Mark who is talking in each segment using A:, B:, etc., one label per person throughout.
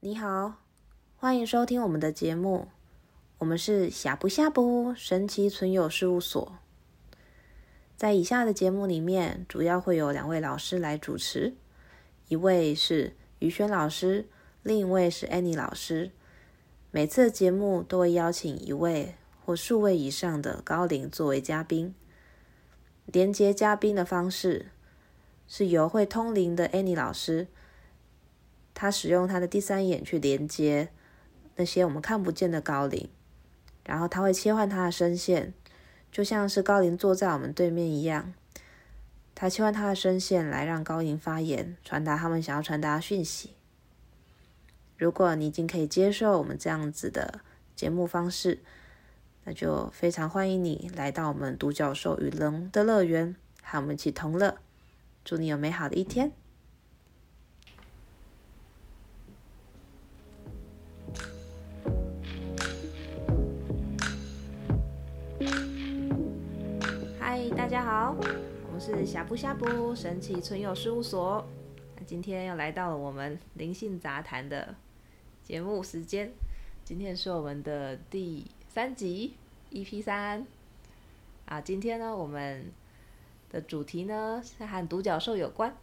A: 你好，欢迎收听我们的节目，我们是呷不呷不神奇存有事务所。在以下的节目里面，主要会有两位老师来主持，一位是于轩老师，另一位是 Annie 老师。每次的节目都会邀请一位或数位以上的高龄作为嘉宾。连接嘉宾的方式是由会通灵的 Annie 老师，她使用她的第三眼去连接那些我们看不见的高龄，然后她会切换她的声线，就像是高龄坐在我们对面一样。她切换她的声线来让高龄发言，传达他们想要传达的讯息。如果你已经可以接受我们这样子的节目方式，那就非常欢迎你来到我们独角兽与龙的乐园，和我们一起同乐。祝你有美好的一天。嗨，大家好，我们是呷不呷不神奇村友事务所。那今天又来到了我们灵性杂谈的节目时间，今天是我们的第三集 EP 三啊。今天呢，我们的主题呢是和独角兽有关。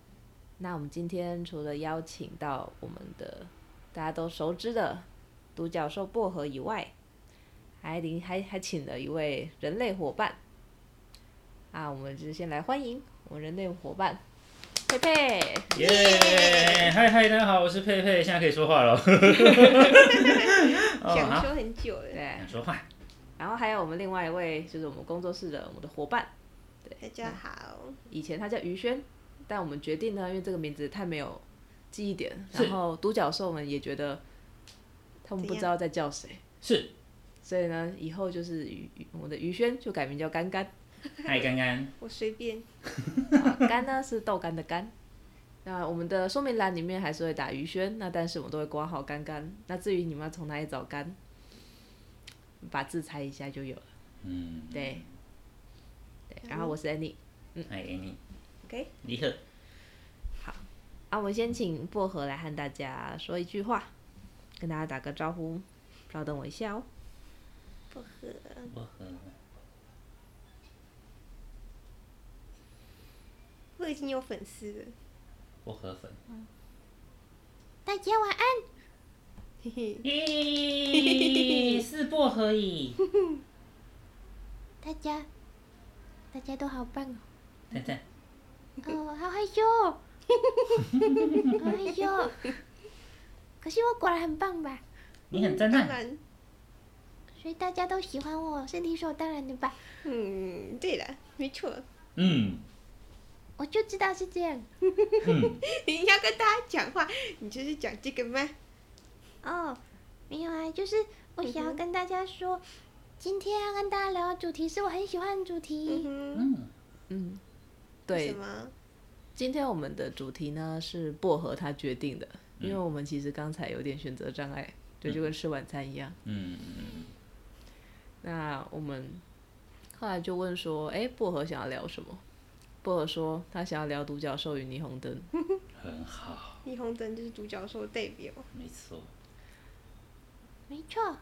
A: 那我们今天除了邀请到我们的大家都熟知的独角兽薄荷以外，还领还还请了一位人类伙伴啊，我们就先来欢迎我们人类伙伴佩佩。
B: 耶！嗨嗨，大家好，我是佩佩，现在可以说话 了。哦，
A: 想
B: 好，
A: 说很久了嘞。
B: 想说话。
A: 然后还有我们另外一位，就是我们工作室的我们的伙伴，
C: 大家好，
A: 以前他叫于轩，但我们决定呢，因为这个名字太没有记忆点，
B: 是
A: 然后独角兽们也觉得他们不知道在叫谁，
B: 是，
A: 所以呢，以后就是于于我们的于轩就改名叫干干，
B: 嗨，干干，
C: 我随便。
A: 啊 干呢是豆干的干。那我们的说明栏里面还是会打于轩，那但是我们都会挂号干干。那至于你们要从哪里找干，把字猜一下就有了。
B: 嗯，
A: 对，对。然后我是 Annie。
B: 嗨，Amy，
C: OK，
B: 你好。
A: 啊，我们先请薄荷来和大家说一句话，跟大家打个招呼，稍等我一下哦。
C: 薄荷，
B: 我很
C: 我已经有粉丝了。
B: 薄荷粉。
C: 大家晚安。嘿嘿，
B: 咦，是薄荷咦？
C: 大家，大家都好 棒哦。
B: 赞赞。
C: 哦，好害羞、哦，好害羞、哦。可是我果然很棒吧，
B: 你很赞赞。
C: 所以大家都喜欢我，是理所当然的吧？嗯，对了，没错。
B: 嗯
C: 我就知道是这样。
B: 嗯，
C: 你要跟大家讲话，你就是讲这个吗？
D: 哦，没有啊，就是我想要
C: 嗯哼
D: 跟大家说，今天要跟大家聊的主题是我很喜欢的主题。
C: 哼，
B: 嗯，
A: 嗯，
C: 为
A: 对
C: 什，么？
A: 今天我们的主题呢是薄荷他决定的，因为我们其实刚才有点选择障碍，对，就跟吃晚餐一样。
B: 嗯，
A: 那我们后来就问说，哎，薄荷想要聊什么？薄荷说他想要聊独角兽与霓虹灯。
B: 很好，
C: 霓虹灯就是独角兽代表。
B: 没错。
D: 没错，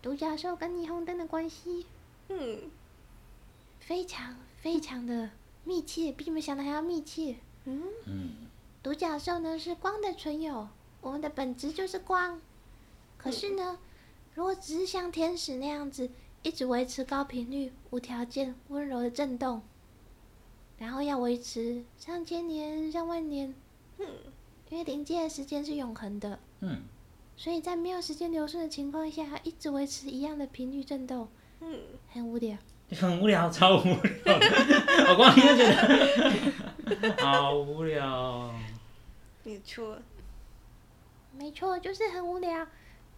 D: 独角兽跟霓虹灯的关系
C: 嗯
D: 非常非常的密切，比你们想的还要密切。
C: 嗯，
B: 嗯，
D: 独角兽呢是光的存有，我们的本质就是光。可是呢，如果只是像天使那样子，一直维持高频率、无条件、温柔的震动，然后要维持上千年、上万年，因为临界的时间是永恒的，
B: 嗯
D: 所以在没有时间流逝的情况下，一直维持一样的频率震动，
C: 嗯，
D: 很无聊。
B: 很无聊，超无 聊的。我光听就觉得好无聊。
C: 没错。
D: 没错，就是很无聊。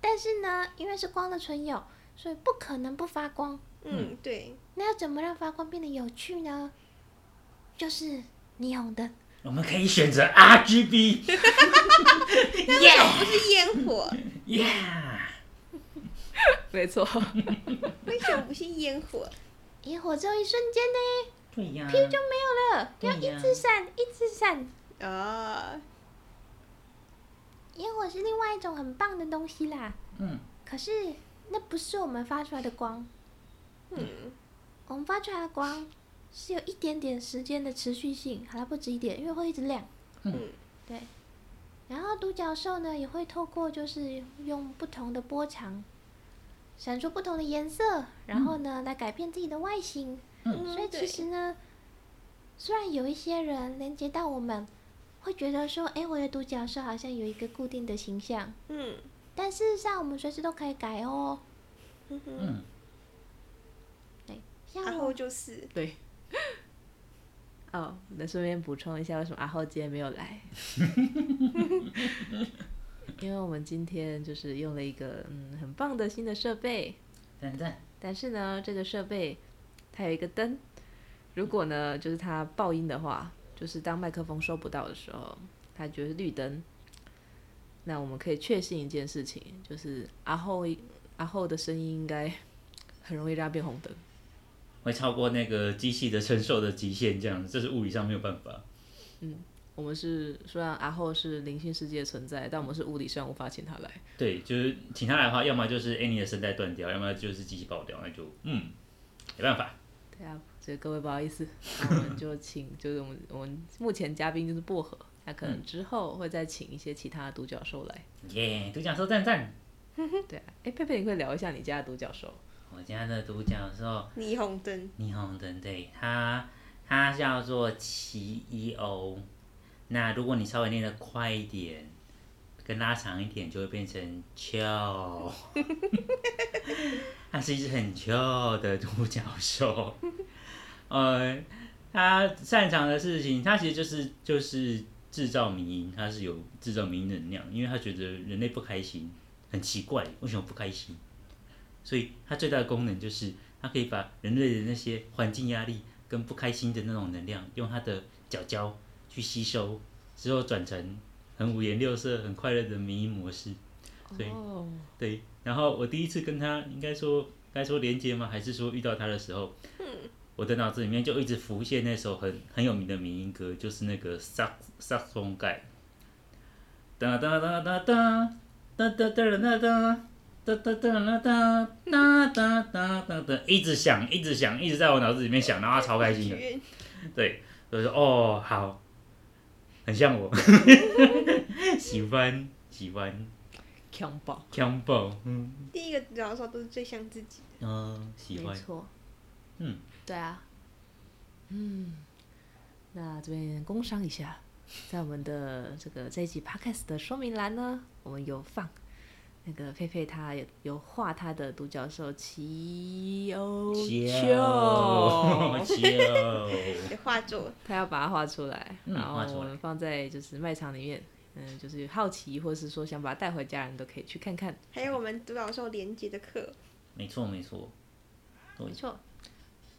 D: 但是呢，因为是光的存有，所以不可能不发光。
C: 嗯，对。
D: 那要怎么让发光变得有趣呢？就是霓虹灯。
B: 我们可以选择 RGB。
C: 耶，不是烟火，
B: Yeah。
A: 没错，
C: 为什么不是烟火？
D: 野火只有一瞬间呢，
B: 对呀、
D: 就没有了，
B: 嗯对
D: 要
B: 呀
C: 啊
D: 一直闪，一直闪。
C: 哦，
D: 因烟火是另外一种很棒的东西啦。
B: 嗯，
D: 可是那不是我们发出来的光，
C: 嗯，
D: 我们发出来的光是有一点点时间的持续性，好了不止一点，因为会一直亮。
C: 嗯，
D: 对。然后独角兽呢也会透过就是用不同的波长，闪出不同的颜色，然后呢、来改变自己的外形。
C: 嗯
D: 所以其
C: 对
D: 实呢，虽然有一些人连接到我们，会觉得说，哎，我的独角兽好像有一个固定的形象，
C: 嗯
D: 但事实上我们随时都可以改哦。
C: 嗯哼，
B: 嗯，
D: 像
C: 然
D: 我
C: 后就是
A: 对。哦，那顺便补充一下，为什么阿浩今天没有来？ 因为我们今天就是用了一个嗯很棒的新的设备，
B: 赞赞，
A: 但是呢，这个设备它有一个灯，如果呢就是它爆音的话，就是当麦克风收不到的时候，它就是绿灯。那我们可以确信一件事情，就是阿后阿后的声音应该很容易让它变红灯。
B: 会超过那个机器的承受的极限，这样子，这是物理上没有办法。
A: 我们是虽然阿后是灵性世界的存在，但我们是物理上无法请他来。
B: 对，就是请他来的话，要么就是 Annie 的声带断掉，要么就是机器爆掉，那就嗯，没办法。
A: 对啊，所以各位不好意思，那我们就请，就是我们我们目前嘉宾就是薄荷，那可能之后会再请一些其他的独角兽来。
B: 耶、独角兽赞赞！
A: 对啊，哎，佩佩，你可以聊一下你家的独角兽。
B: 我家的独角兽
C: 霓虹灯，
B: 霓虹灯，对它，它叫做奇异欧。那如果你稍微念的快一点，跟拉长一点，就会变成 翘。它是一只很翘的独角兽。呃，它擅长的事情，它其实就是就是制造迷因，它是有制造迷因能量，因为它觉得人类不开心，很奇怪，为什么不开心？所以它最大的功能就是它可以把人类的那些环境压力跟不开心的那种能量，用它的脚胶去吸收，之后转成很五颜六色、很快乐的迷因模式。对
A: 哦，
B: 对，然后我第一次跟他，应该说该说连接吗？还是说遇到他的时候，我的脑子里面就一直浮现那首很很有名的民音歌，就是那个萨萨克斯风盖，哒哒哒哒哒哒哒哒哒哒。哒哒哒哒哒哒哒哒哒哒，一直响，一直响，一直在我脑子里面响，然后他超开心的。
C: 许
B: 对，我就说哦，好，很像我，喜欢喜欢
A: 强暴，
B: 强暴，嗯
C: 愿第一个主要说都是最像自己的，
B: 嗯，喜
A: 没
B: 欢，
A: 错。
B: 嗯，
A: 对啊，嗯，那这边工商一下，在我们的这个这一集 podcast 的说明栏呢，我们有放那个佩佩她有有画她的独角兽奇 欧丘，
B: 球，
C: 也画作，
A: 她要把它画出来，
B: 嗯
A: 然后
B: 画出来
A: 我们放在就是卖场里面。嗯，就是好奇，或是说想把它带回家人都可以去看看。
C: 还有我们独角兽连接的课，
B: 没错没错，
A: 没错。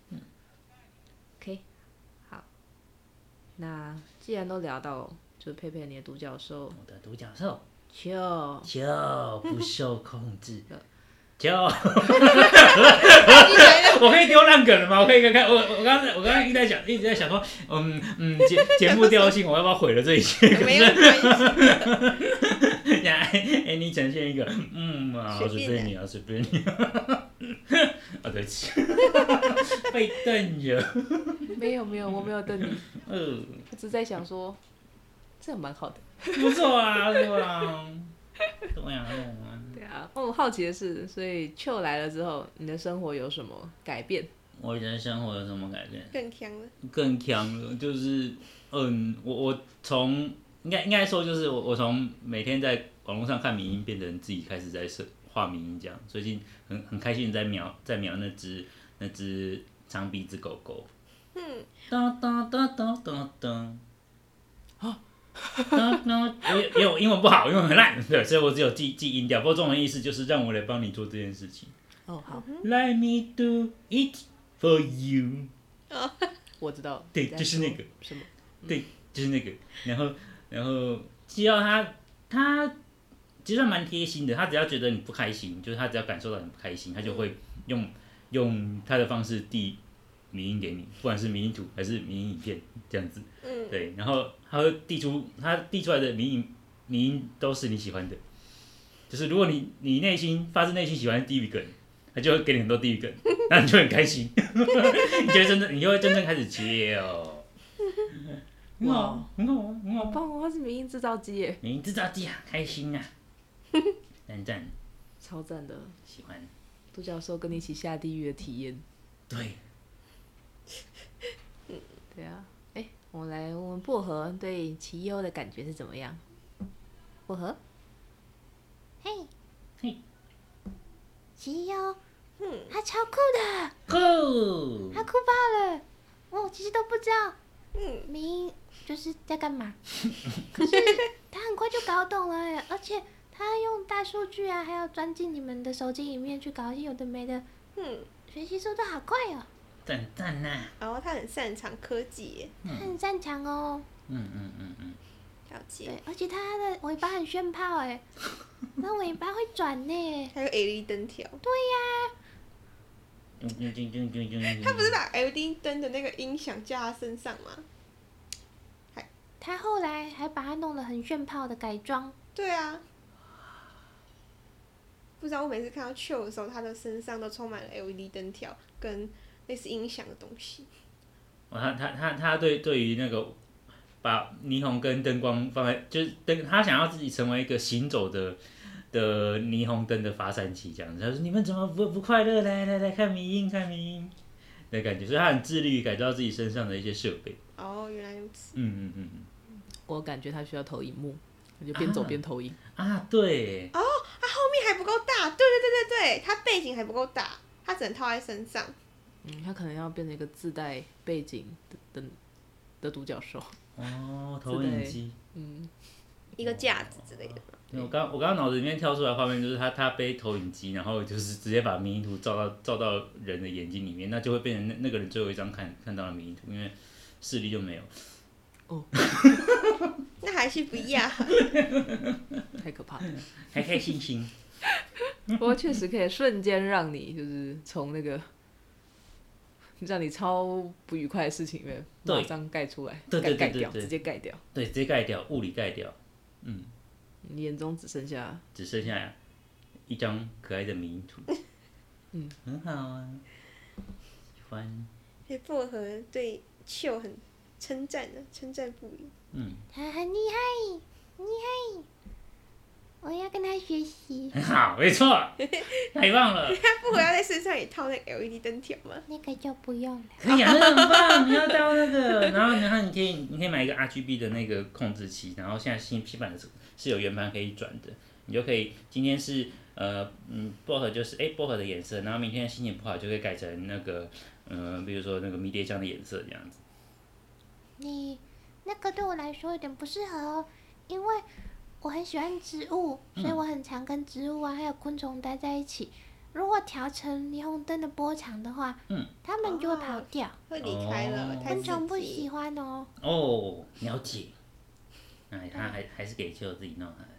A: 嗯，OK，好。那既然都聊到，就佩佩你的独角兽哦
B: 我的独角兽
A: 就
B: 球不受控制，球， 我可以丢烂梗了吗？我可以看看，我我刚才我刚才一直在想，一直在想说，嗯嗯，节节目调性，我要不要毁了这一切？ 可
C: 没有关系，
B: 呀，哎，你呈现一个，嗯啊，
C: 随
B: 随
C: 便
B: 便你啊，随便你 啊，啊，对不起， 被瞪着，
A: 没有没有，我没有瞪你，
B: 嗯，
A: 我只在想说，这蛮好的。
B: 不错啊，对吧？对啊，对啊。
A: 对啊，我好奇的是，所以秋来了之后，你的生活有什么改变？
B: 我人生活有什么改变？
C: 更强了，
B: 更强了，就是嗯，我我从应该应该说就是我我从每天在网络上看迷音，变成自己开始在设画迷音这样。最近很很开心地在描在描那只那只长鼻子狗狗。
C: 嗯，
B: 当当当当当当。当当，哦因为因为我英文不好，英文很烂，对，所以我只有记记音调。不过中文意思就是让我来帮你做这件事情。
A: 哦，好，
B: Let me do it for you。
A: 我知道。
B: 对
A: 你在
B: 就是
A: 说
B: 那个
A: 什么？
B: 就是那个，然后然后只要他他其实蛮贴心的，他只要觉得你不开心，就是他只要感受到你不开心，他就会用用他的方式递迷音给你，不管是迷音图还是迷音影片这样子，
C: 嗯
B: 对，然后他会递出他递出来的迷影你都是你喜欢的。就是如果你你内心发自内心喜欢地狱梗，他就会给你很多地狱梗，然后你就很开心，你就会真正你就会真正开始接哦。很好，很好玩，很好
A: 好
B: 啊玩。
A: 棒哦，他是民音制造机耶，
B: 你知道地啊，开心 啊，赞赞
A: 超赞的。
B: 喜欢，
A: 独角兽跟你一起下地狱的体验，
B: 对，
A: 对啊。哎，我们来问问薄荷对奇优的感觉是怎么样？薄荷，
D: 嘿，
B: 嘿，
D: 奇优，嗯，他超酷的，
B: Go！
D: 他酷爆了。我其实都不知道，嗯，明就是在干 嘛，可是他很快就搞懂了耶，而且他用大数据啊，还有钻进你们的手机里面去搞一些有的没的，嗯，学习速度好快哦，
B: 赞赞啊呐，
C: 然后他很擅长科技耶，
D: 他很擅长哦，
B: 嗯嗯嗯嗯，
C: 了解。
D: 对，而且他的尾巴很炫炮哎，那尾巴会转呢，
C: 还有 LED 灯条，
B: 嗯嗯嗯嗯嗯嗯
C: 他不是把 LED 灯的那个音响架他身上吗？
D: 他后来还把它弄得很炫炮的改装，
C: 对啊。不知道我每次看到 Chill 的时候，他的身上都充满了 LED 灯条跟类似音响的东西。
B: 哦，他他他他对对于那个把霓虹跟灯光放在，就是灯，他想要自己成为一个行走的的霓虹灯的发散器，这样子。他说：“你们怎么不不快乐？来来来看迷音，看迷音。”的感觉，所以他很致力于改造自己身上的一些设备。
C: 哦，原来如此。
B: 嗯嗯嗯嗯。
A: 我感觉他需要投影幕，我就边走边投影。
B: 啊，对，
C: 后面还不够大，对对对对对，它背景还不够大，它只能套在身上。
A: 嗯，他可能要变成一个自带背景的的的独角兽。
B: 哦，投影机。
A: 嗯，
C: 一个架子之类的。
B: 对我刚我刚刚脑子里面跳出来的画面就是他他背投影机，然后就是直接把迷因图照到照到人的眼睛里面，那就会变成那那个人最后一张看看到的迷因图，因为视力就没有。
C: 那还是不 要。
A: 太可怕了。
B: 开开心心，
A: 不过确实可以瞬间让你就是从那个 让你超不愉快的事情里面
B: 对
A: 马上盖出来，
B: 对对
A: 盖盖
B: 对对
A: 掉，
B: 对
A: 直接盖掉，
B: 对，直接盖掉，物理盖掉，
A: 你眼中只剩下
B: 只剩下一张可爱的迷因图。
A: 嗯，
B: 很好啊，喜欢，
C: 所以哎薄荷对秀很称赞呢，称赞不已。
B: 嗯，
D: 他很厉害，厉害，我要跟他学习。
B: 很好，没错，太棒了，
C: 那薄荷要在身上也套那个 LED 灯条吗？
D: 那个就不用了。
B: 可以啊，那很棒，你要到那个，然后然后你可以你可以买一个 RGB 的那个控制器，然后现在新新版的是是有圆盘可以转的，你就可以今天是呃嗯薄荷就是哎、薄荷的颜色，然后明天心情不好就可以改成那个嗯、呃比如说那个迷迭香的颜色这样子，
D: 你那个对我来说有点不适合哦，因为我很喜欢植物，所以我很常跟植物啊还有昆虫待在一起。如果调成霓虹灯的波长的话，
B: 嗯
D: 它们就会跑
C: 哦
D: 掉，
C: 会离开了，
B: 哦
C: 太
D: 昆
C: 刺
D: 虫不喜
C: 激。
D: 欢哦。
B: 哦，了解。哎，他还还是给秀自己弄啊好了。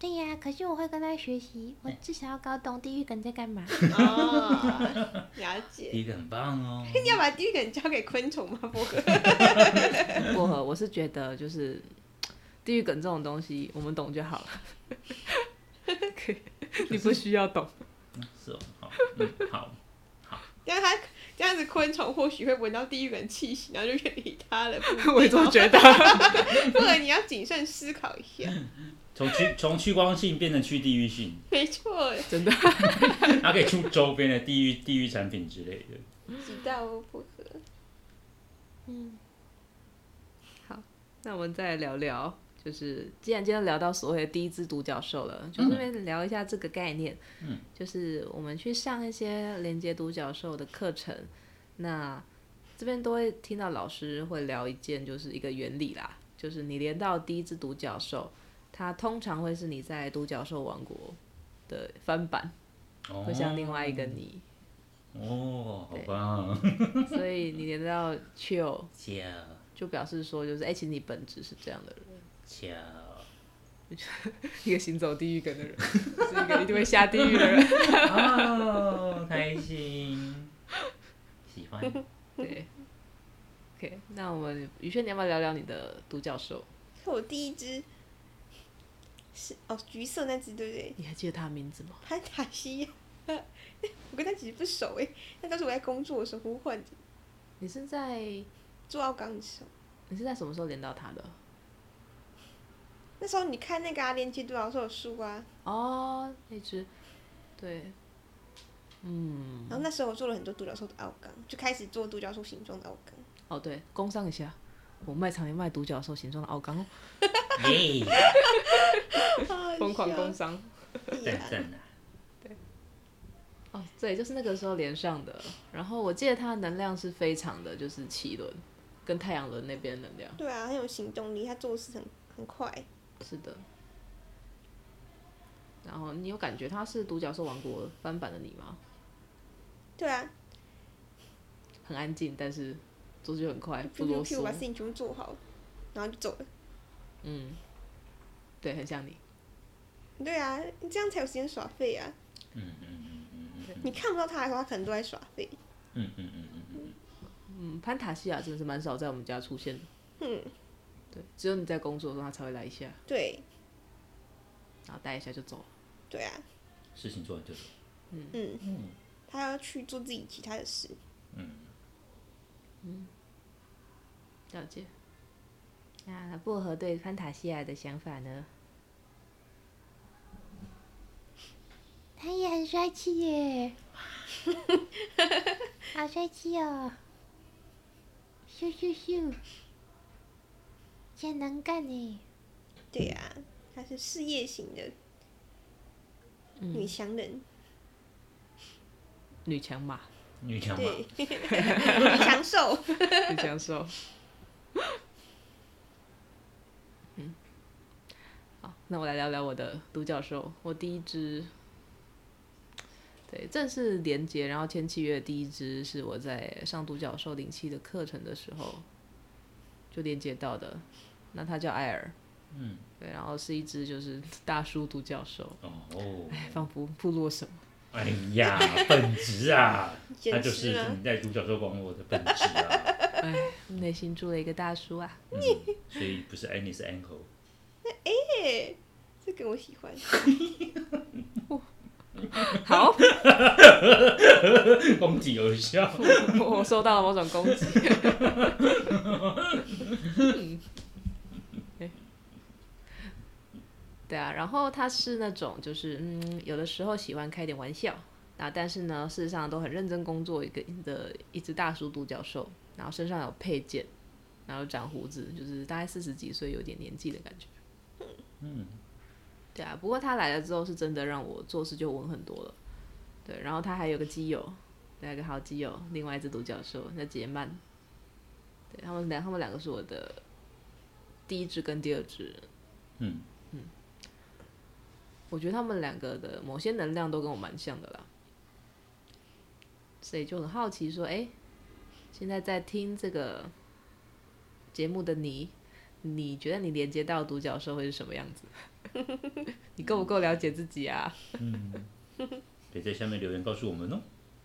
D: 对呀、可是我会跟他学习，我至少要搞懂地狱梗在干嘛。
C: 哦，了
B: 第
C: 解。
B: 一个很棒哦。
C: 你要把第一个人交给昆虫吗？薄荷？
A: 薄荷。我是觉得就是地狱梗这种东西，我们懂就好了。 可以你不需要懂，
B: 是哦，好，嗯，好，
C: 这样他这样子，昆虫或许会闻到第一个人气息，然后就远离他了。
A: 我也这么觉得。
C: 哦不然你要谨慎思考一下。
B: 从趋 从趋光性变成趋地域性，
C: 没错，
A: 真的，
B: 然后可以出周边的地域地域产品之类的。
C: 知道哦，薄荷。
D: 嗯，
A: 那我们再聊聊，就是既然今天聊到所谓的第一只独角兽了，就顺便聊一下这个概念。
B: 嗯，
A: 就是我们去上一些连接独角兽的课程，那这边都会听到老师会聊一件，就是一个原理啦，就是你连到第一只独角兽，它通常会是你在独角兽王国的翻版，
B: 哦
A: 会像另外一个你，
B: 哦，好棒，
A: 所以你连到 chill
B: 巧
A: 就表示说，就是哎、其实你本质是这样的人。
B: 巧，
A: 一个行走地狱梗的人，是一个一定会下地狱的人。
B: 哦，开心，喜欢。
A: 对，OK，那我们宇轩，你要不要聊聊你的独角兽？
C: 我第一只是哦，橘色那只对不对？
A: 你还记得他的名字吗？
C: 潘塔西亚， 我跟他其实不熟诶，那都是我在工作的时候呼唤的，
A: 你是在你
C: 做奥刚的时候。
A: 是在什么时候连到他的？
C: 那时候你看那个啊，连接多少时候有书啊，
A: 哦，那只，对，嗯，
C: 然后那时候我做了很多独角兽的奥刚，就开始做独角兽形状的奥刚。
A: 哦对，工商一下，我卖场也卖独角兽形状的奥钢哦，
B: 耶，
A: 疯狂工商。
B: 赞赞啊！
A: 哦，对，就是那个时候连上的。然后我记得它的能量是非常的，就是奇轮跟太阳轮那边能量。
C: 对啊，很有行动力，他做事很很快。
A: 是的。然后你有感觉它是独角兽王国翻版的你吗？
C: 对啊，
A: 很安静，但是做事就很快，不
C: 嗯就
A: 啰
C: Q 把事
A: 嗦。
C: 情全部做好，然后就走了。
A: 嗯，对，很像你。
C: 对啊，你这样才有时间耍废啊！
B: 嗯嗯嗯嗯嗯
C: 你看不到他的时候，他可能都在耍废。
B: 嗯嗯嗯嗯嗯，
A: 嗯，潘塔西亚真的是蛮少在我们家出现的。
C: 嗯，
A: 对，只有你在工作的时候它才会来一下，
C: 对
A: 然后待一下就走了。
C: 对啊，
B: 事情做完就走。
C: 嗯，他要去做自己其他的事。
A: 了解。那薄荷对潘塔西亚的想法呢？
D: 他也很帅气耶，好帅气哦！咻咻咻，真能干呢！
C: 对啊，他是事业型的女强人，
A: 女强马，
B: 女强嘛，
C: 对， 女强兽。
A: 就这样说。 嗯，好，那我来聊聊我的独角兽。我第一只，对，正式连接，然后签契约的第一只是我在上独角兽灵气的课程的时候就连接到的。那它叫艾尔，
B: 嗯，
A: 对，然后是一只就是大叔独角兽，
B: 哦，
A: 哎，仿佛部落什么。
B: 哎呀，本质啊，
C: 简
B: 那
C: 直
B: 就是
C: 了
B: 你在独角兽王国的本质啊。
A: 哎，内心住了一个大叔啊。
B: 嗯，所以不是 Annie 是 Uncle，
C: 耶，这个我喜欢。
A: 好，
B: 攻击有效。
A: 我我受到了某种攻击。嗯对对啊，然后他是那种就是嗯，有的时候喜欢开点玩笑，啊，但是呢，事实上都很认真工作一个的一只大叔独角兽，然后身上有配件，然后长胡子，就是大概四十几岁，有点年纪的感觉。
B: 嗯，
A: 对啊，不过他来了之后是真的让我做事就稳很多了。对，然后他还有个基友，那个好基友，另外一只独角兽叫杰曼。对他们两，他们两个是我的第一只跟第二只。
B: 嗯
A: 我觉得他们两个的某些能量都跟我蛮像的啦，所以就很好奇说，哎、现在在听这个节目的你，你觉得你连接到独角兽会是什么样子？ 你够不够了解自己啊？
B: 嗯，别在下面留言告诉我们哦。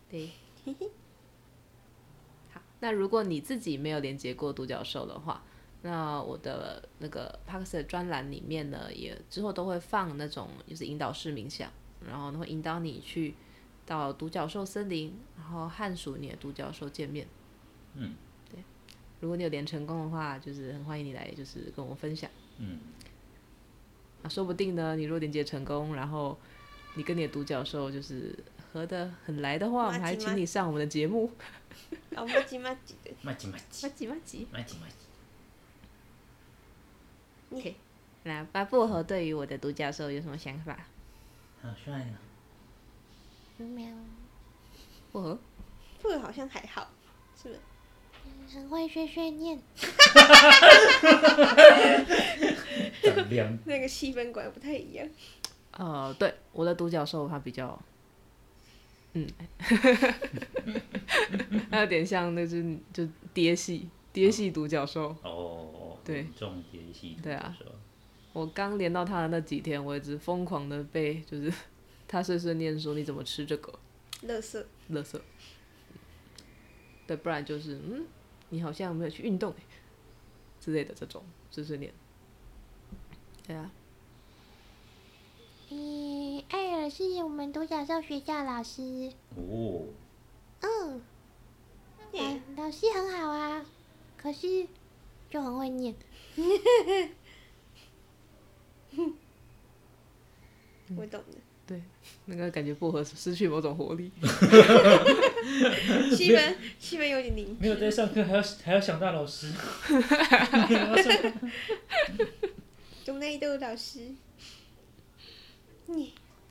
A: 对。好，那如果你自己没有连接过独角兽的话，那我的那个 p a x 的专栏里面呢，也之后都会放那种就是引导式冥想，然后呢会引导你去到独角兽森林，然后和属你的独角兽见面。
B: 嗯，
A: 对。如果你有连成功的话，就是很欢迎你来，就是跟我分享。
B: 嗯，
A: 啊，说不定呢，你如果连接成功，然后你跟你的独角兽就是合的很来的话，我们还请你上我们的节目。
C: 然后马吉马吉的，
B: 马吉马吉
A: 麻吉麻吉，
B: 马吉马吉，
A: 那巴薄荷对于我的独角兽有什么想法？
B: 好帅啊！
D: 喵，
A: 薄荷，
C: 这个好像还好，是不是？
D: 很会碎碎念，
B: 胆量，
C: 那个气氛管不太一样。
A: 呃，对，我的独角兽它比较， 嗯，它有点像那只就爹系爹系独角兽。
B: 哦，
A: 对，
B: 重叠系
A: 对啊
B: 说，
A: 我刚连到它的那几天，我一直疯狂的被就是它碎碎念说你怎么吃这个，
C: 乐色，
A: 垃圾。对，不然就是嗯，你好像没有去运动欸之类的这种碎碎念。对啊，
D: 们独角兽学校老师，
B: 哦，
D: 嗯，
C: 耶
D: 老老师很好啊，可是就很会念。
C: 我懂 的。
A: 那个感觉不合，失去某种活力。
C: 气氛气氛有点凝
E: 没有在
C: 滞。
E: 上课，还要还要想到老 师。
C: 懂内豆老师，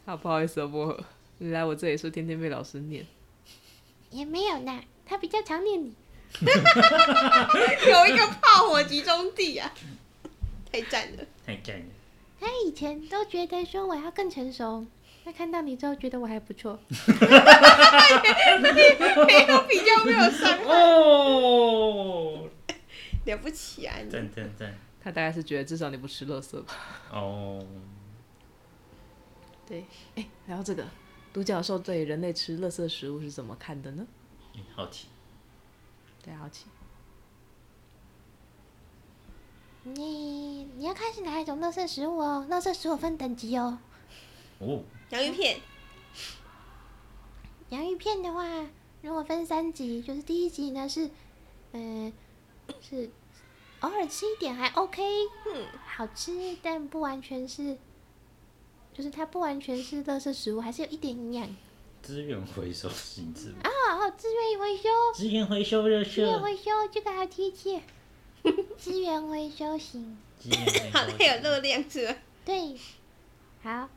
A: 好，不好意思哦，薄荷，你来我这里是天天被老师念，
D: 也没有啦，他比较常念你。
C: 有一个炮火集中地啊，太赞了。
B: 太干了。
D: 他以前都觉得说我要更成熟，那看到你之后觉得我还不错。
C: 没有比较，没有伤 害，
E: 哦，
C: 了不起啊！你
B: 赞赞赞！
A: 他大概是觉得至少你不吃垃圾吧。
B: 哦，
A: 然后这个独角兽对人类吃垃圾食物是怎么看的呢？
B: 嗯好奇，
A: 对，好奇。
D: 你你要看是哪一种垃圾食物哦，垃圾食物分等级哦。
B: 哦，
C: 洋芋片，
D: 洋芋片的话，如果分三级，就是第一级呢是，嗯、是偶尔吃一点还 OK，
C: 嗯，
D: 好吃，但不完全是，就是它不完全是垃圾食物，还是有一点营养。
B: 资源回收型制
D: 啊、哦，资源回收，
B: 资源回收热
D: 资源
B: 射，
D: 回收，这个好贴 切。资源回收型，
B: 资源回
C: 好
B: 收
C: 累有热量是吧？
D: 对，好，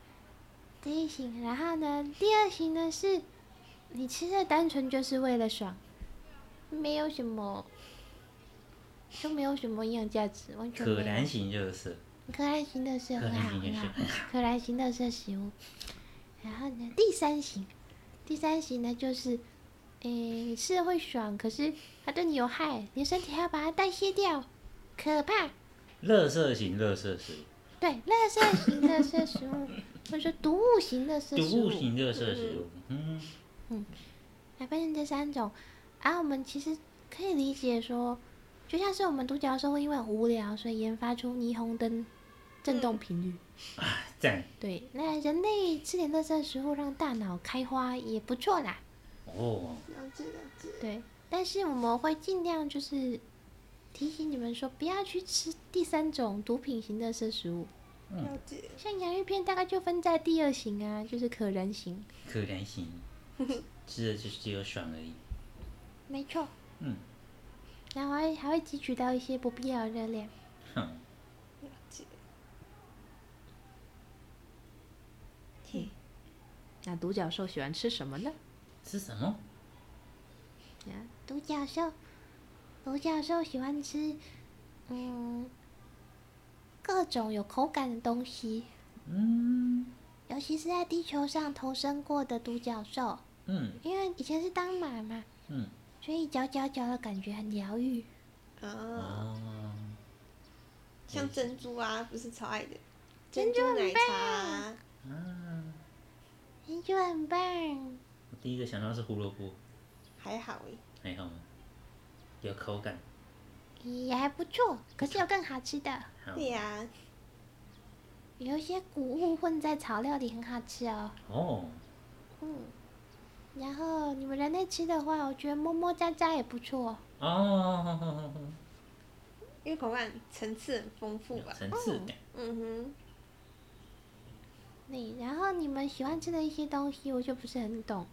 D: 第一型，然后呢，第二型呢是，你吃的单纯就是为了爽，没有什么，就没有什么营养价值，完全
B: 可
D: 没有
B: 燃。型热射，
D: 可燃型的是
B: 可
D: 很
B: 燃
D: 好
B: 型
D: 很
B: 热
D: 好，
B: 射，
D: 可燃型的是食物。然后呢，第三型，第三型呢就是，诶，你吃了会爽，可是它对你有害，你的身体还要把它代谢掉，可怕。
B: 热射型热射是
D: 对，垃圾型的是食物，或者说毒物型的是食
B: 毒
D: 物
B: 物，型热射食物，嗯，
D: 还分成这三种。而、我们其实可以理解说，就像是我们独角兽会因为很无聊，所以研发出霓虹灯震动频率。
B: 赞
D: 对，那人类吃点垃圾食物让大脑开花也不错啦。
B: 哦，
C: 了解了解。
D: 对，但是我们会尽量就是提醒你们说，不要去吃第三种毒品型垃圾食物，
C: 了解，
D: 像洋芋片大概就分在第二型啊，就是可燃型。
B: 可燃型， 吃的就是只有爽而已，
D: 没错。
B: 嗯。
D: 然后还还会汲取到一些不必要的热量。
B: 哼，
A: 那独角兽喜欢吃什么呢？
B: 吃什么？
D: 啊，独角兽，独角兽喜欢吃，嗯，各种有口感的东西，
B: 嗯
D: 尤其是在地球上投生过的独角兽，
B: 嗯，
D: 因为以前是当马嘛，
B: 嗯，
D: 所以嚼嚼嚼的感觉很疗愈。
C: 啊，
B: 哦，
C: 像珍珠啊，不是超爱的，珍珠奶茶啊，
B: 啊，
D: 你就很棒，
B: 我第一个想到是胡萝卜，
C: 还好欸诶。
B: 还好吗？有口感，
D: 也还不错，可是有更好吃的，
B: 好
C: 对呀，
D: 有一些谷物混在草料里很好吃哦。
B: 哦，
D: 嗯，然后你们人类吃的话，我觉得么么喳喳也不错。
B: 哦，
C: 因为口感层次很丰富
B: 有
C: 吧。
B: 层次感，
C: 嗯哼，
D: 对，然后你们喜欢吃的一些东西，我就不是很懂。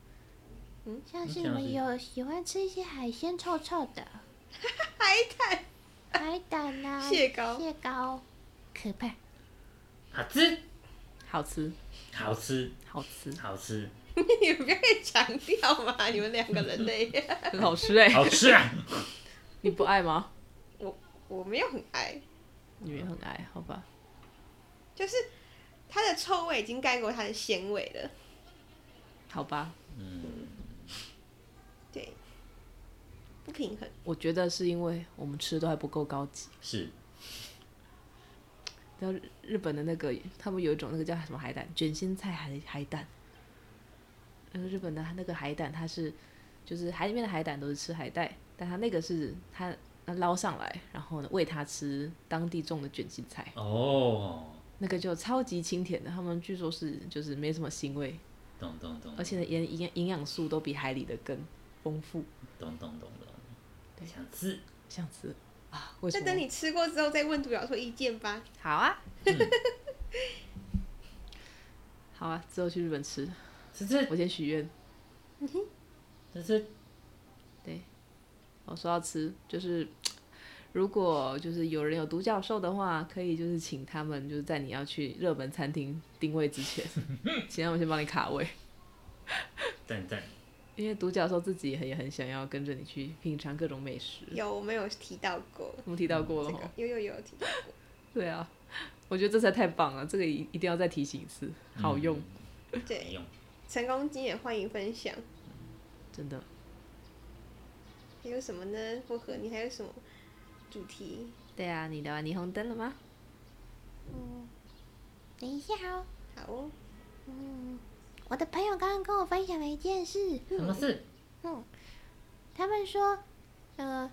C: 嗯，
D: 像
B: 嗯
D: 是你
B: 像
D: 们
B: 是
D: 有喜欢吃一些海鲜臭臭的，
C: 海胆、
D: 海胆啊、
C: 蟹膏，
D: 蟹膏，可怕。
B: 好吃，
A: 好吃，
B: 好吃，
A: 好吃，
B: 好吃，
C: 你们不要再强调嘛，你们两个人类，
A: 很好吃哎、
B: 好吃啊！
A: 你不爱吗？
C: 我没有很爱，
A: 你也很爱，好吧？
C: 就是它的臭味已经盖过它的鲜味了。
A: 好吧，
B: 嗯，
C: 对，不平衡。
A: 我觉得是因为我们吃的都还不够高级。
B: 是
A: 然后日本的那个，他们有一种那个叫什么海胆，卷心菜海海胆。那个日本的那个海胆，它是就是海里面的海胆都是吃海带，但它那个是它它捞上来，然后呢喂它吃当地种的卷心菜，
B: 哦，
A: 那个就超级清甜的。他们据说是就是没什么腥味，
B: 懂懂懂，
A: 而且呢，营营营养素都比海里的更丰富，
B: 懂懂懂懂，
A: 对
B: 想吃，
A: 这样子啊？为什
C: 那
A: 么？
C: 等你吃过之后再问独角兽意见吧。
A: 好啊， 好啊，之后去日本吃，
B: 吃吃
A: 我先许愿。
B: 吃吃，
A: 我哦说要吃，就是如果就是有人有独角兽的话，可以就是请他们就是在你要去热门餐厅定位之 前，请他们先帮你卡位，
B: 赞赞，
A: 因为独角兽自己也很也很想要跟着你去品尝各种美食。
C: 有，我们有提到过
A: 我们提到过
C: 嗯这
A: 了吼、
C: 个，有有有提到过。
A: 对啊，我觉得这才太棒了，这个一一定要再提醒一次，好用，
C: 嗯
B: 没
C: 对，
B: 用，
C: 成功经验欢迎分享。
A: 真的。
C: 还有什么呢？薄荷，你还有什么主题？
A: 对啊，你聊完霓虹灯了吗？
C: 嗯
D: 等一下哦，
C: 好哦，嗯
D: 我的朋友刚刚跟我分享了一件事，
B: 什么事？
D: 他们说，呃，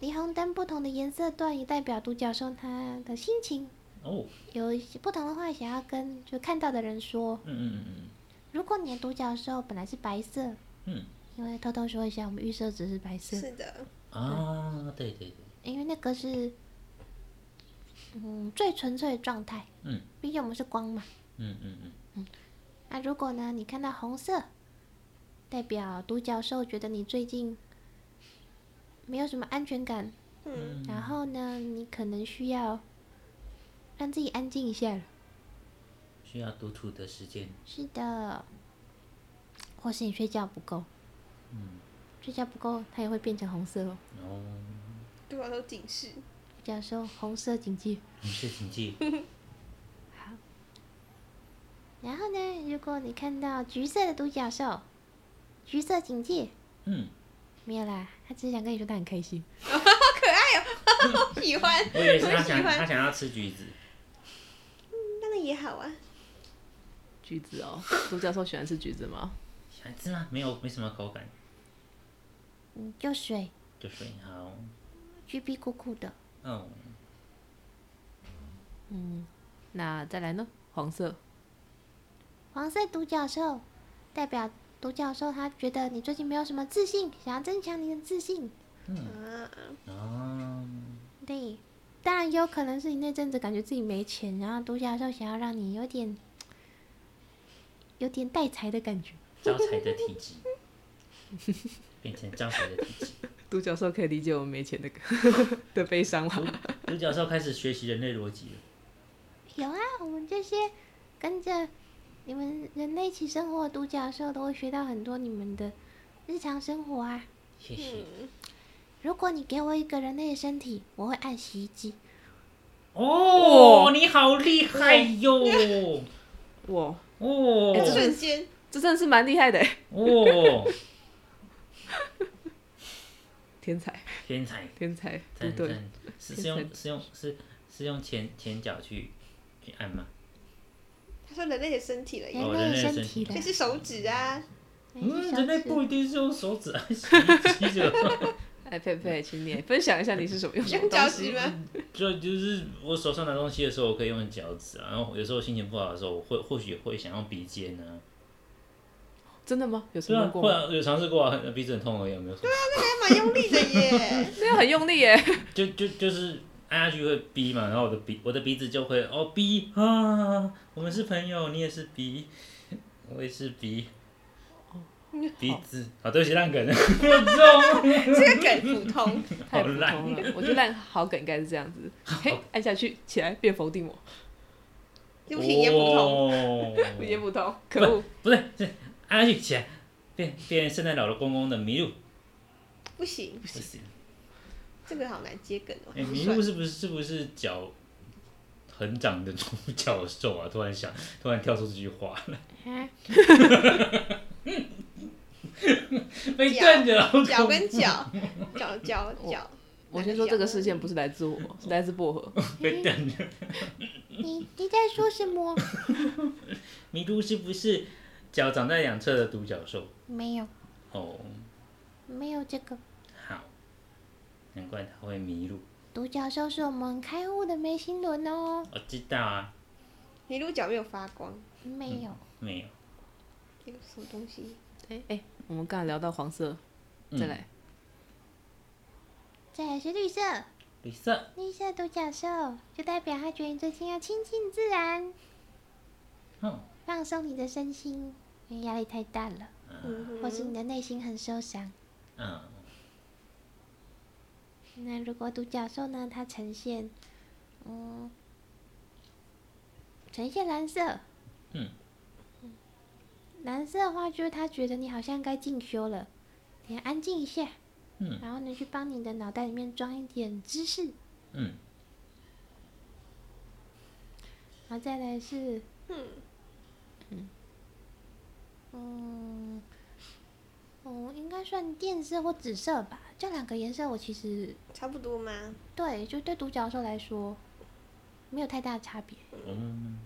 D: 霓虹灯不同的颜色段也代表独角兽它的心情，
B: 哦，
D: 有一些不同的话想要跟就看到的人说。
B: 嗯嗯嗯
D: 如果你的独角兽本来是白色，
B: 嗯
D: 因为偷偷说一下，我们预设值是白色，
C: 是的，
B: 嗯，啊，对对对，
D: 因为那个是，嗯，最纯粹的状态。
B: 嗯，
D: 毕竟我们是光嘛。
B: 嗯嗯嗯，
D: 那如果呢，你看到红色，代表独角兽觉得你最近没有什么安全感，
C: 嗯，
D: 然后呢，你可能需要让自己安静一下了。
B: 需要独处的时间，
D: 是的，或是你睡觉不够，
B: 嗯，
D: 睡觉不够，它也会变成红色哦。
B: 哦，
C: 独角兽警 示。
D: 独角兽红色警戒。
B: 没事，请记，
D: 然后呢，如果你看到橘色的独角兽，橘色警戒，
B: 嗯，
D: 没有啦，他只是想跟你说他很开心。
C: 哦 喜欢，
B: 我以为是他
C: 我喜
B: 想他
C: 欢，
B: 想要吃橘子，
C: 当然也好啊。
A: 橘子哦，独角兽喜欢吃橘子吗？
B: 喜欢吃吗？没有，没什么口感，
D: 嗯，就水，
B: 就是好，
D: 橘皮酷酷的，
B: 哦，
A: 那再来呢？黄色，
D: 黄色独角兽代表独角兽，他觉得你最近没有什么自信，想要增强你的自信。
B: 嗯
C: 啊，
B: 哦，
D: 对，当然也有可能是你那阵子感觉自己没钱，然后独角兽想要让你有点有点带财的感觉。
B: 招财的体质，变成招财的体质。
A: 独角兽可以理解我们没钱的 的悲伤吗？
B: 独角兽开始学习人类逻辑了。
D: 有啊，我们这些跟着你们人类一起生活的独角兽，都会学到很多你们的日常生活啊。
B: 谢谢。
C: 嗯
D: 如果你给我一个人类的身体，我会按洗衣机。
B: 哦，你好厉害哟！
A: 哇，
B: 哦
C: 哎瞬间
A: 这真的是蛮厉害的，
B: 哦，
A: 天才，
B: 天才，
A: 天才，对
B: 真
A: 对
B: 真，是
A: 天
B: 是
A: 才
B: 用是用是是用前前脚去去按吗？
C: 他说人类的身体了耶，
D: 人
B: 哦
D: 类
B: 人类的
D: 身
B: 身体
D: 体的
C: 那，是手指啊，
B: 嗯，人类不一定是用手指按洗衣机的，
A: 哎，佩佩，请你分享一下你是什么用什么
C: 用脚
A: 东
C: 趾
A: 西？
C: 吗？
B: 就就是我手上拿东西的时候，我可以用脚趾啊，然后有时候心情不好的时候，我会或许会想用鼻尖呢、啊，
A: 真的吗？有什
B: 对
A: 么
B: 啊，
A: 用过
B: 会
A: 吗？
B: 啊，有尝试过啊，鼻子很痛而已，有没有什么？
C: 还蛮用力 的耶，
A: 那要很用力耶，
B: 就就就是按下去会逼嘛，然后我的鼻我的鼻子就会哦逼啊，我们是朋友，你也是逼，我也是逼，鼻子啊，对不起，烂梗，
C: 这个梗普通，
A: 太
B: 好
A: 普
B: 烂
A: 通了。我觉得烂好梗应该是这样 子，嘿，按下去起来变否定我，
C: 对不起，也普通。
B: 哦
A: 也普通，可恶，
B: 不对，是按下去起来变变圣诞老的公公的麋鹿，
C: 不行，
B: 不行，
C: 这个好难接梗哦。
B: 哎，麋鹿是不是是不是脚？很长的独角兽啊！突然想，突然跳出这句话来，被震着了，
C: 脚跟脚， 脚脚脚。
A: 我先说这个事件不是来自我，
B: 嗯
A: 是来自薄荷。
B: 被震着。
D: 你你在说什么？
B: 麋鹿是不是脚长在两侧的独角兽？
D: 没有，
B: 哦，
D: 没有这个。
B: 好，难怪它会迷路。
D: 独角兽是我们开悟的眉心轮哦，
B: 我知道啊，
C: 麋鹿角没有发光，
D: 没有。
B: 没有，
C: 有什么东西？
A: 哎、哎，我们刚才聊到黄色，
B: 嗯
A: 再来，
D: 再来是绿色，
B: 绿色，
D: 绿色独角兽就代表他觉得你最近要亲近自然，
B: 嗯，
D: 放松你的身心，因为压力太大了，
C: 嗯哼，
D: 或是你的内心很受伤。
B: 嗯，
D: 那如果独角兽呢，它呈现，嗯，呈现蓝色，
B: 嗯
D: 嗯，蓝色的话就是他觉得你好像该进修了，你要安静一下，
B: 嗯
D: 然后呢去帮你的脑袋里面装一点知识，
B: 嗯，
D: 然后再来是，
C: 嗯
D: 嗯，嗯，应该算电色或紫色吧，这两个颜色我其实
C: 差不多吗？
D: 对，就对独角兽来说没有太大的差别。
B: 嗯，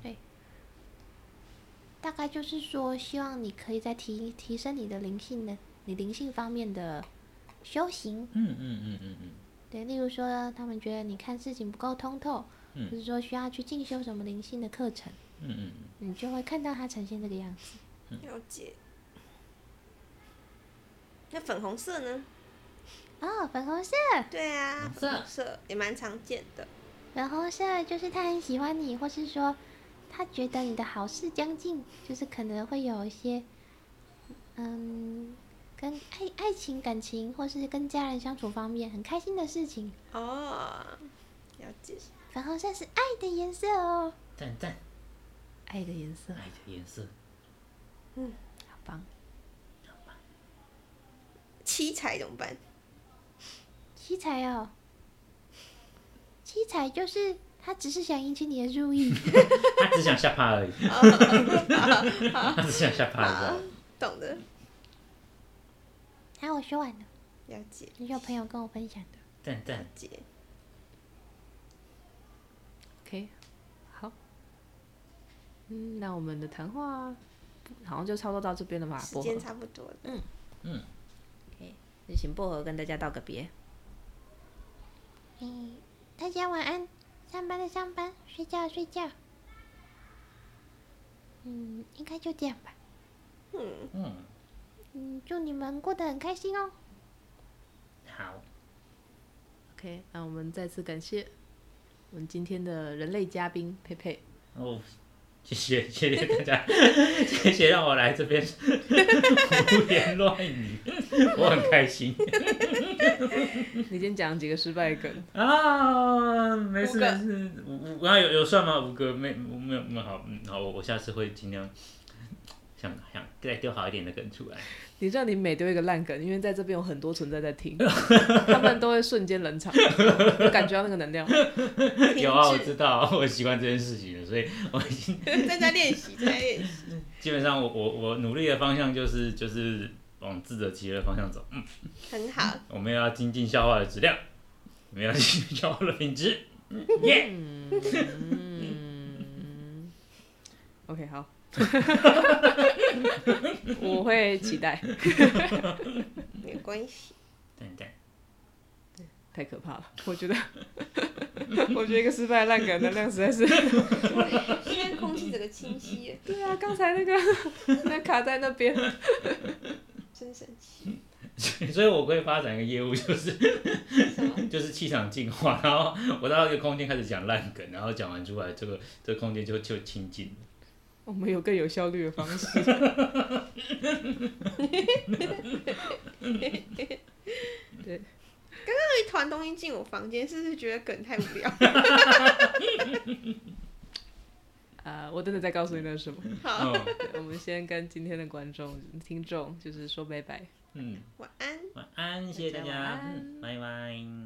D: 大概就是说，希望你可以再提提升你的灵性的，你灵性方面的修行。
B: 嗯嗯嗯嗯嗯，
D: 对，例如说，他们觉得你看事情不够通透，
B: 嗯
D: 或者说需要去进修什么灵性的课程，
B: 嗯嗯
D: 你就会看到它呈现这个样子。
C: 了解。那粉红色呢？
D: 哦，粉红色，
C: 对啊，
B: 粉红色
C: 粉红色也蛮常见的。
D: 粉红色就是他很喜欢你，或是说他觉得你的好事将近，就是可能会有一些，嗯，跟爱爱情感情，或是跟家人相处方面很开心的事情。
C: 哦，了解。
D: 粉红色是爱的颜色哦。
B: 赞赞，
A: 爱的颜色，
B: 爱的颜色，
A: 好棒。
C: 七彩怎么办？
D: 七彩哦，七彩就是他只是想引起你的注意，
B: 他只想吓怕而已，
C: 哦
B: 他只想吓怕而已，
C: 懂的，
D: 然后我说完了，
C: 了解。
D: 这是有朋友跟我分享的。
B: 赞赞，
C: 姐，
A: OK，好，嗯，那我们的谈话好像就差不多到这边了吧？
C: 时
A: 薄荷
C: 间，差不多了。
A: 那请薄荷跟大家道个别。
D: 嗯，大家晚安，上班的上班，睡觉的睡觉。嗯，应该就这样吧。
C: 嗯，
B: 嗯，
D: 嗯，祝你们过得很开心哦。
B: 好，
A: OK，那我们再次感谢我们今天的人类嘉宾佩佩。
B: 哦，谢谢谢谢大家，谢谢让我来这边胡言乱语，我很开心
A: 你今天讲了几个失败梗？
B: 啊，没事
C: 五
B: 没
C: 个
B: 事，五五啊有有算吗？五个没我没有没有好，嗯好，我我下次会尽量想想再丢好一点的梗出来，
A: 你知道你每丢一个烂梗，因为在这边有很多存在在听，他们都会瞬间冷场，我感觉到那个能量。
C: 嗯停
B: 有啊，我
C: 滞
B: 知道，我喜欢这件事情了，所以我已经。
C: 在家练习，在家练习。
B: 基本上我我我努力的方向就是就是往自得其乐的方向走，嗯，
C: 很好，
B: 我们要精进消化的质量，我们要精进消化的品质，嗯耶、
A: 嗯，OK，好， 我会期待。
B: 嗯
C: 没关系。
B: 等等，
A: 太可怕了，我觉得，我觉得一个失败的烂梗能量实在是……
C: 现在空气整个清晰耶，
A: 对啊，刚才那个那卡在那边，
C: 真神奇。
B: 所以我会发展一个业务，就是
C: 什么？
B: 就是气场净化，然后我到一个空间开始讲烂梗，然后讲完出来，这个这个空间就就清净了。
A: 我们有更有效率的方式。对，
C: 那一团东西进我房间，是不是觉得梗太无 聊？
A: 啊、我等等再告诉你那是什么。
C: 好，
B: 嗯
A: 对我们先跟今天的观众、听众就是说拜拜。
B: 嗯，
C: 晚安。
B: 晚安，谢谢大
A: 大家晚
B: 家，
A: 安
B: 嗯，拜拜。